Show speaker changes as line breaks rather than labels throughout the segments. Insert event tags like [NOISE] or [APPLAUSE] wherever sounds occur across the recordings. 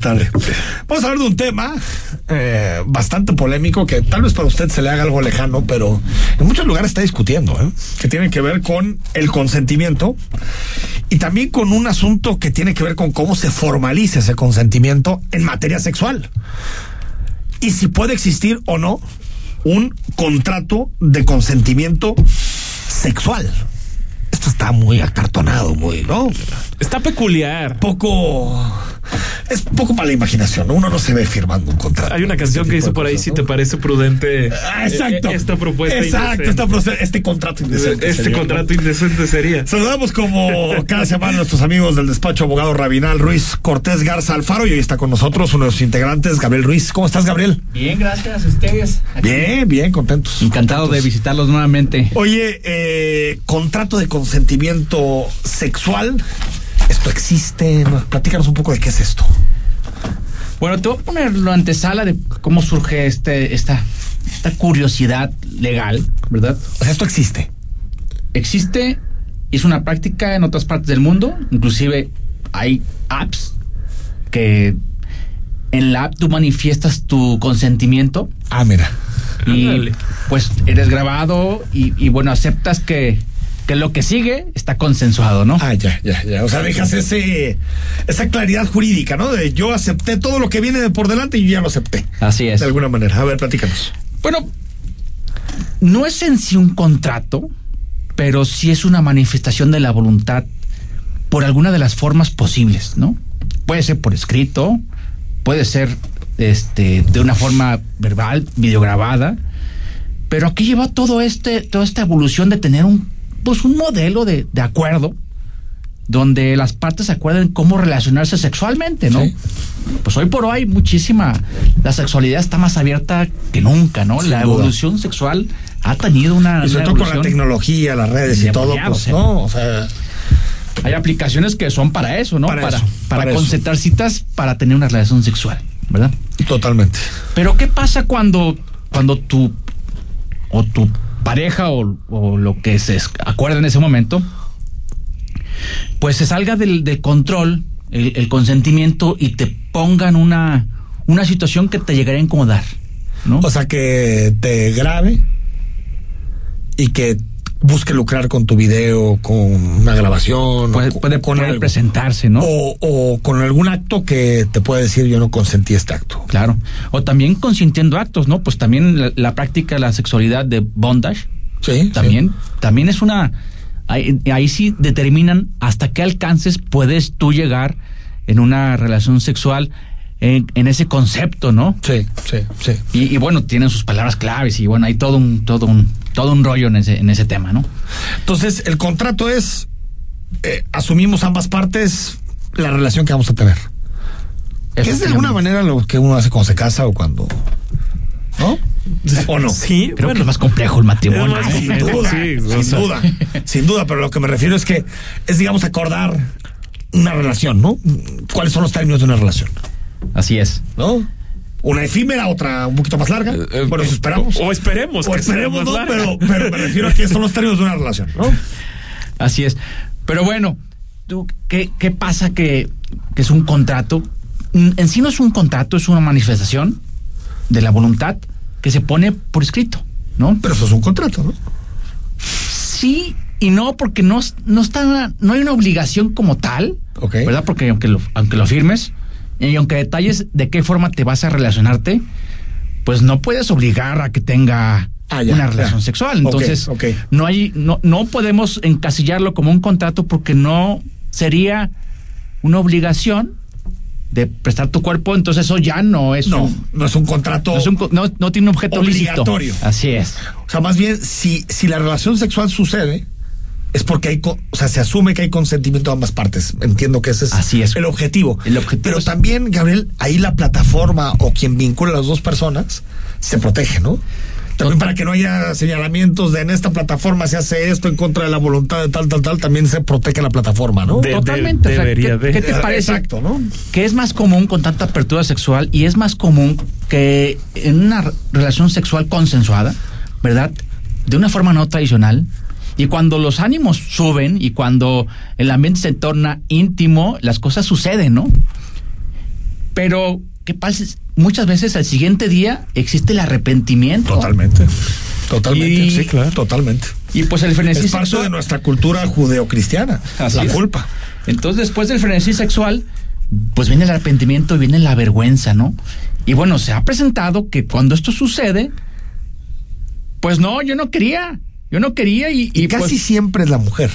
Tarde. Vamos a hablar de un tema eh, bastante polémico que tal vez para usted se le haga algo lejano, pero en muchos lugares está discutiendo, ¿eh? que tiene que ver con el consentimiento y también con un asunto que tiene que ver con cómo se formaliza ese consentimiento en materia sexual y si puede existir o no un contrato de consentimiento sexual. Esto está muy acartonado, muy, ¿no?
Está peculiar.
Poco es poco para la imaginación. ¿no? Uno no se ve firmando un contrato.
Hay una canción
Este tipo
que hizo
de
por ahí
cosas,
si
¿no?
te parece prudente.
Ah, exacto.
eh, Esta propuesta.
Exacto,
indecente.
esta proce- este contrato indecente.
Este
señor.
contrato indecente sería.
Saludamos como cada semana a nuestros amigos del despacho abogado Rabinal Ruiz Cortés Garza Alfaro y hoy está con nosotros uno de sus integrantes, Gabriel Ruiz. ¿Cómo estás, Gabriel?
Bien, gracias a ustedes. Aquí.
Bien, bien, contentos.
Encantado de visitarlos nuevamente.
Oye, eh, contrato de consentimiento sexual. ¿Esto existe? No, Platícanos un poco de qué es esto.
Bueno, te voy a poner la antesala de cómo surge este, esta, esta curiosidad legal, ¿verdad?
O sea, esto existe.
Existe, es una práctica en otras partes del mundo, inclusive hay apps que en la app tú manifiestas tu consentimiento
Ah, mira.
y
Ándale.
pues eres grabado y, y, bueno, aceptas que, que lo que sigue está consensuado, ¿no?
Ah, ya, ya, ya. O sea, dejas ese, esa claridad jurídica, ¿no? De yo acepté todo lo que viene de por delante y yo ya lo acepté.
Así es.
De alguna manera. A ver, platícanos.
Bueno, no es en sí un contrato, pero sí es una manifestación de la voluntad por alguna de las formas posibles, ¿no? Puede ser por escrito, puede ser este, de una forma verbal, videograbada, pero aquí lleva todo este, toda esta evolución de tener un, pues un modelo de, de acuerdo donde las partes se acuerdan cómo relacionarse sexualmente, ¿no?
Sí.
Pues hoy por hoy muchísima, la sexualidad está más abierta que nunca, ¿no?
Sin
la
duda.
evolución sexual ha tenido una,
Y sobre
una
todo con la
Ah, evolución.
tecnología, las redes y
Ya, ¿eh?
todo,
ya,
pues,
o sea,
¿no? O sea,
Hay aplicaciones que son para eso, ¿no?
Para
para,
eso,
para
para eso.
concentrar citas para tener una relación sexual, ¿verdad?
totalmente.
Pero ¿qué pasa cuando, cuando tu o tu pareja o, o lo que se es- acuerda en ese momento, pues se salga del, del control, el, el consentimiento y te pongan una, una situación que te llegaría a incomodar, ¿no?
O sea, que te grabe y que busque lucrar con tu video, con una grabación.
puede
o con-
puede,
con
puede
algo.
presentarse, ¿no?
O, o con algún acto que te puede decir yo no consentí este acto.
Claro. O también consintiendo actos, ¿no? Pues también la, la práctica de la sexualidad de bondage,
Sí. sí.
también, también es una. Ahí, ahí sí determinan hasta qué alcances puedes tú llegar en una relación sexual en, en ese concepto, ¿no?
Sí, sí, sí.
Y, y bueno, tienen sus palabras claves y bueno, hay todo un, todo un, todo un rollo en ese, en ese tema, ¿no?
Entonces, el contrato es, eh, asumimos ambas partes la relación que vamos a tener. Que
Eso
es de
tenemos.
alguna manera lo que uno hace cuando se casa o cuando... ¿No? ¿O no?
Sí,
Creo que
bueno.
es más complejo el matrimonio.
Es
Ah,
más
¿eh?
sin duda,
Sí, o
sin
sea.
duda, sin duda, pero lo que me refiero es que es, digamos, acordar una relación, ¿no? ¿Cuáles son los términos de una relación?
Así es.
¿No? Una efímera, otra un poquito más larga.
Eh, eh,
Bueno, eso esperamos.
O esperemos.
O
que sea
esperemos,
más
¿no?
larga.
Pero, pero me refiero a que son los términos de una relación,
[LAUGHS]
¿no?
Así es. Pero bueno, tú, ¿qué, qué pasa que, que es un contrato? Mm, En sí no es un contrato, es una manifestación de la voluntad que se pone por escrito, ¿no?
Pero eso es un contrato, ¿no?
Sí y no, porque no, es- no, está, no hay una obligación como tal,
Ok.
¿verdad? Porque aunque lo, aunque lo firmes y aunque detalles de qué forma te vas a relacionarte, pues no puedes obligar a que tenga
Ah, ya,
una
ya.
relación sexual.
Ok,
Entonces,
ok.
no hay, no, no podemos encasillarlo como un contrato porque no sería una obligación de prestar tu cuerpo, entonces eso ya no es
No,
un-
no es un contrato.
no es un co- no- no tiene un objeto lícito.
Obligatorio.
Así es.
O sea, más bien, si, si la relación sexual sucede, es porque hay, co- o sea, se asume que hay consentimiento de ambas partes. Entiendo que ese es,
Así es.
el objetivo.
El objetivo
Pero
es-
también, Gabriel, ahí la plataforma o quien vincula a las dos personas se protege, ¿no? También
Total.
para que no haya señalamientos de en esta plataforma se hace esto en contra de la voluntad de tal, tal, tal, también se protege la plataforma, ¿no?
De-
Totalmente. o sea,
debería
¿qué-
de.
¿Qué te parece?
Exacto, ¿no?
que es más común con tanta apertura sexual y es más común que en una re- relación sexual consensuada, ¿verdad? De una forma no tradicional. Y cuando los ánimos suben y cuando el ambiente se torna íntimo, las cosas suceden, ¿no? Pero, ¿qué pasa? Muchas veces al siguiente día existe el arrepentimiento.
Totalmente. Totalmente.
Y-
Sí, claro. Totalmente.
Y pues el frenesí
es parte
sexual-
de nuestra cultura judeocristiana.
Así
La
es.
culpa.
Entonces, después del frenesí sexual, pues viene el arrepentimiento y viene la vergüenza, ¿no? Y bueno, se ha presentado que cuando esto sucede, pues no, yo no quería. Yo no quería y, y,
Y casi
pues,
siempre es la mujer.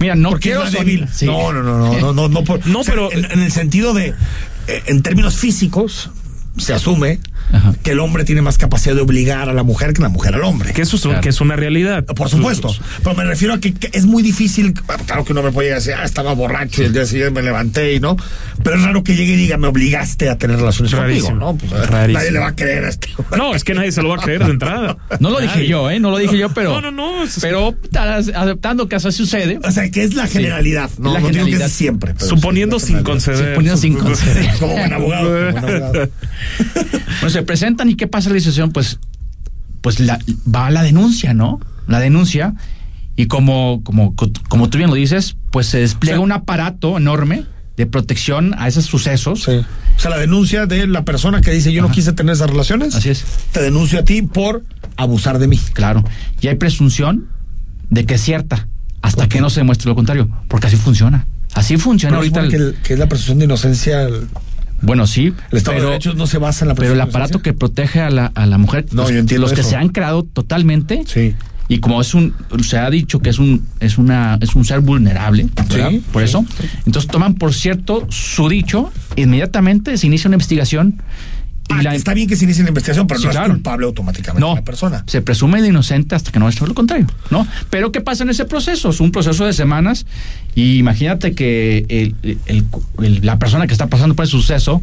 mira, no
Porque
quiero
es la
son-
débil.
Sí.
No, no, no, no, no, no, no. por-
No,
o sea,
pero-
en, en el sentido de, eh, en términos físicos, se asume
Ajá.
que el hombre tiene más capacidad de obligar a la mujer que la mujer al hombre.
[LAUGHS] Que eso es,
Claro.
que es una realidad.
Por supuesto, pero me refiero a que, que es muy difícil. Claro que un hombre puede llegar a decir, ah, estaba borracho y el día siguiente me levanté y no. Pero es raro que llegue y diga, me obligaste a tener relaciones
Rarísimo.
contigo, ¿no? Pues, eh,
Rarísimo.
nadie le va a creer a este.
No, es que nadie se lo va a creer de
[LAUGHS]
entrada.
No lo dije
Nadie.
yo, ¿eh? No lo dije yo,
[LAUGHS]
pero.
No, no, no, es-
Pero ta- aceptando que así sucede.
O sea, que es la generalidad, ¿no? no
La
digo que
generalidad.
es siempre. pero
Suponiendo
sí,
sin
la generalidad.
conceder.
Suponiendo sin conceder.
Como buen abogado. como buen abogado.
Bueno, se presentan y ¿qué pasa en la situación? Pues, pues la, va la denuncia, ¿no? La denuncia. Y como, como, como tú bien lo dices, pues se
O
despliega
sea,
un aparato enorme de protección a esos sucesos.
Sí. O sea, la denuncia de la persona que dice yo no
Ajá.
quise tener esas relaciones.
Así es.
Te denuncio a ti por abusar de mí.
Claro. Y hay presunción de que es cierta, hasta que no se demuestre lo contrario, porque así funciona. Así
Pero
funciona ahorita.
supone
el-
que, el- que es la presunción de inocencia. El,
bueno, sí,
el Estado
pero,
de Derechos no se basa en la
pero
presunción
el
de
aparato
inocencia.
que protege a la, a la mujer,
No,
los,
yo entiendo
los que
eso.
se han creado totalmente,
Sí.
y como es un se ha dicho que es un es una es un ser vulnerable ¿verdad?
Sí,
por
sí,
eso entonces toman por cierto su dicho inmediatamente se inicia una investigación
Ah, que está bien que se inicie la investigación, pero
em- Sí,
no es
claro.
culpable automáticamente
no
la persona.
se presume de inocente hasta que no es lo contrario no pero qué pasa en ese proceso es un proceso de semanas y imagínate que el- el- el- la persona que está pasando por el suceso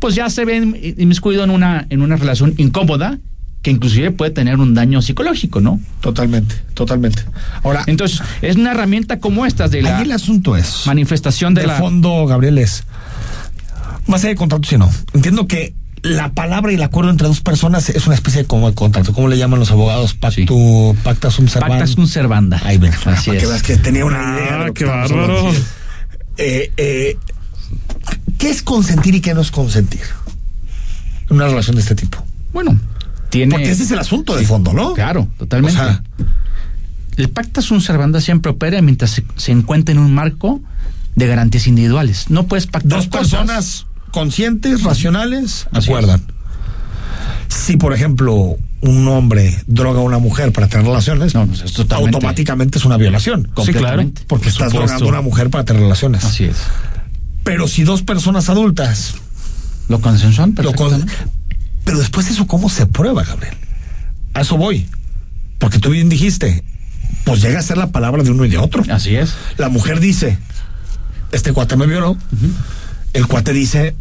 pues ya se ve in- inmiscuido en una en una relación incómoda que inclusive puede tener un daño psicológico no
Totalmente, totalmente. Ahora,
Entonces, es una herramienta como estas de la
ahí el asunto es.
manifestación de,
de
la.
fondo, Gabriel, es más allá de contrato, si no. Entiendo que la palabra y el acuerdo entre dos personas es una especie de como de contrato. ¿Cómo le llaman los abogados? Pacto, pacta sum servanda.
Pacta sunt servanda.
Ay, mira, para
Así
que
es.
veas que tenía una idea. de
Ah,
lo que
qué
estábamos hablando.
bárbaro.
Eh, eh, ¿Qué es consentir y qué no es consentir? En una relación de este tipo.
Bueno, tiene.
Porque ese es el asunto de fondo, ¿no?
Claro, totalmente.
O sea-
el pacta sunt servanda siempre opera mientras se, se encuentra en un marco de garantías individuales. No puedes pactar
Dos
cosas.
personas conscientes, racionales,
Así
acuerdan. Si, por ejemplo, un hombre droga a una mujer para tener relaciones,
No, pues es totalmente-
automáticamente es una violación.
Sí, claro.
Porque
Por
estás
supuesto.
drogando a una mujer para tener relaciones.
Así es.
Pero si dos personas adultas
Lo consensuan,
lo con-
perfectamente.
Pero después eso, ¿cómo se prueba, Gabriel? A eso voy. Porque tú bien dijiste, pues llega a ser la palabra de uno y de otro.
Así es.
La mujer dice, este cuate me violó. El cuate dice,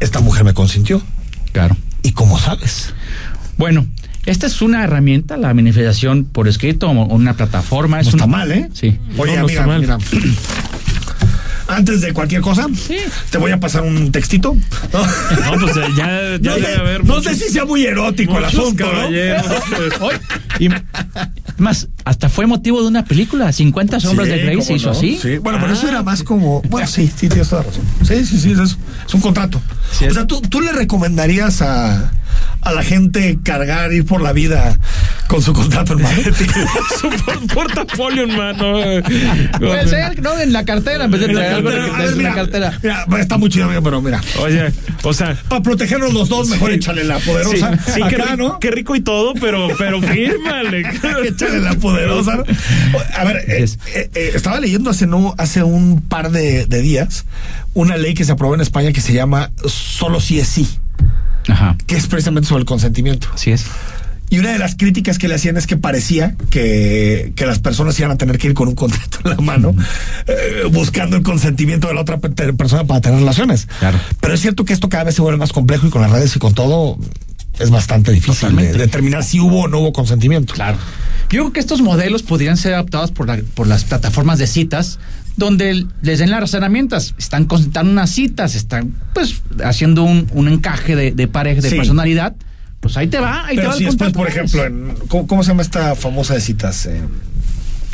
esta mujer me consintió.
Claro.
¿Y cómo sabes?
Bueno, esta es una herramienta, la manifestación por escrito o una plataforma. Es
No está
una-
mal, ¿eh?
Sí.
Oye,
No,
amiga,
no está mal.
mira. Antes de cualquier cosa, te voy a pasar un textito.
[LAUGHS] No, pues ya, ya,
No,
ya debe
sé,
haber
no
muchos-
sé si sea muy erótico el
muchos
asunto, ¿no? [LAUGHS]
caballeros, pues.
Hoy, y- más, hasta fue motivo de una película, 50 sombras
Sí,
de Grey se
cómo
hizo
no.
así.
Sí, Bueno, pero
Ah.
eso era más como. Bueno, sí, sí, tienes toda la razón. Sí, sí, sí, es eso. Es un contrato.
Sí,
o
es.
sea, ¿tú, tú le recomendarías a, a la gente cargar, ir por la vida con su contrato en mano.
Su [LAUGHS] por- portafolio en mano. eh.
Puede ser, Pues, eh, no, en la cartera, en vez de
En [LAUGHS] la
traer algo
cartera. A ver,
en la
mira,
cartera.
mira, bueno, está muy chido, amigo, pero mira.
Oye, o sea,
Para protegernos los dos, mejor échale la
sí,
poderosa.
sí, qué,
Acá,
ri-
¿no?
qué rico y todo, pero,
[LAUGHS]
pero fírmale.
Échale la poderosa. ¿no? A ver, eh,
Yes.
eh, eh, estaba leyendo hace, no, hace un par de, de días una ley que se aprobó en España que se llama Solo si es sí.
Ajá,
que es precisamente sobre el consentimiento.
así es.
Y una de las críticas que le hacían es que parecía que, que las personas iban a tener que ir con un contrato en la mano eh, buscando el consentimiento de la otra pe- te- persona para tener relaciones.
Claro.
Pero es cierto que esto cada vez se vuelve más complejo y con las redes y con todo es bastante difícil de-
Totalmente.
determinar si hubo o no hubo consentimiento.
Claro. Yo creo que estos modelos podrían ser adaptados por, la- por las plataformas de citas, donde el- les den las herramientas. Están consultando unas citas, están pues haciendo un, un encaje de, de pareja, de
Sí.
personalidad. Pues ahí te va, ahí te
Pero
va
si
el
después,
contacto.
por ejemplo, en, ¿cómo, cómo se llama esta famosa de citas? Eh,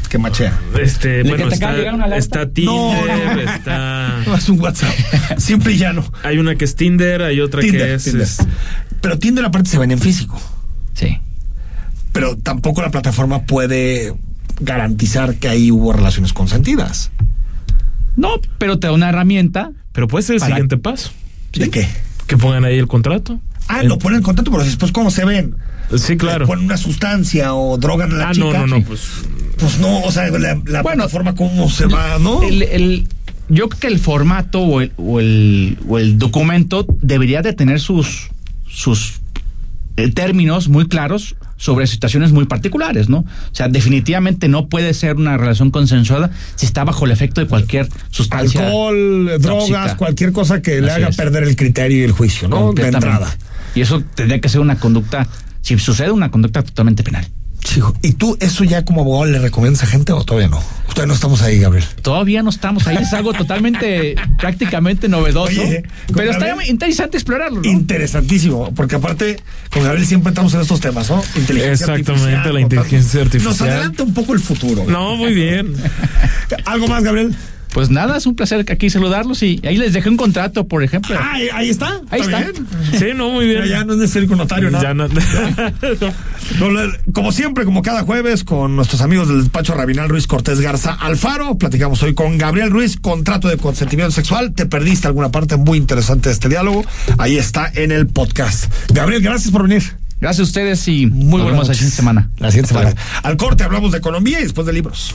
que machea.
Este,
que
bueno,
te acaba de llegar una
está,
alerta.
está Tinder,
No.
está.
No, [LAUGHS] es un WhatsApp. Simple y llano.
Hay una que es Tinder, hay otra
Tinder,
que es.
Tinder.
es-
Pero Tinder aparte se vende en físico.
Sí.
Pero tampoco la plataforma puede garantizar que ahí hubo relaciones consentidas.
No, pero te da una herramienta.
pero puede ser el
Para-
siguiente paso.
¿De qué?
Que pongan ahí el contrato.
Ah,
El-
lo ponen en contacto, pero después cómo se ven.
Sí,
Le
claro.
Ponen una sustancia o drogan a la
Ah,
chica.
no, no, no, pues.
Pues no, o sea, la, la
Bueno,
plataforma cómo se va, ¿no?
El, el- yo creo que el formato o el, o el, o el documento debería de tener sus, sus eh, términos muy claros sobre situaciones muy particulares, ¿no? O sea, definitivamente no puede ser una relación consensuada si está bajo el efecto de cualquier sustancia.
Alcohol, drogas,
tóxica.
cualquier cosa que le
Así
haga
es.
perder el criterio y el juicio, ¿no? De
completamente.
entrada.
Y eso tendría que ser una conducta, si sucede, una conducta totalmente penal.
Chico, ¿y tú eso ya como abogado le recomiendas a gente o todavía no? Ustedes no estamos ahí, Gabriel.
Todavía no estamos ahí, es algo totalmente, [LAUGHS] prácticamente novedoso.
Oye, con
pero está
Gabriel-
interesante explorarlo. ¿no?
Interesantísimo, porque aparte con Gabriel siempre estamos en estos temas, ¿no? Inteligencia
Exactamente,
artificial,
la inteligencia
contacto.
artificial.
Nos adelanta un poco el futuro.
No, muy bien.
¿Algo más, Gabriel?
Pues nada, es un placer aquí saludarlos y ahí les dejé un contrato, por ejemplo.
Ah, ahí- ahí está.
Ahí está.
bien.
Sí, no, muy
Pero
bien.
ya no es necesario con notario, ¿no?
Ya no- [LAUGHS]
[LAUGHS] No, le- Como siempre, como cada jueves, con nuestros amigos del despacho Rabinal Ruiz Cortés Garza Alfaro, platicamos hoy con Gabriel Ruiz, contrato de consentimiento sexual. Te perdiste alguna parte muy interesante de este diálogo. Ahí está en el podcast. Gabriel, gracias por venir.
Gracias a ustedes y muy
buenas
buenas la siguiente
noches.
semana.
La siguiente
Hasta
semana. Al corte hablamos de economía y después de libros.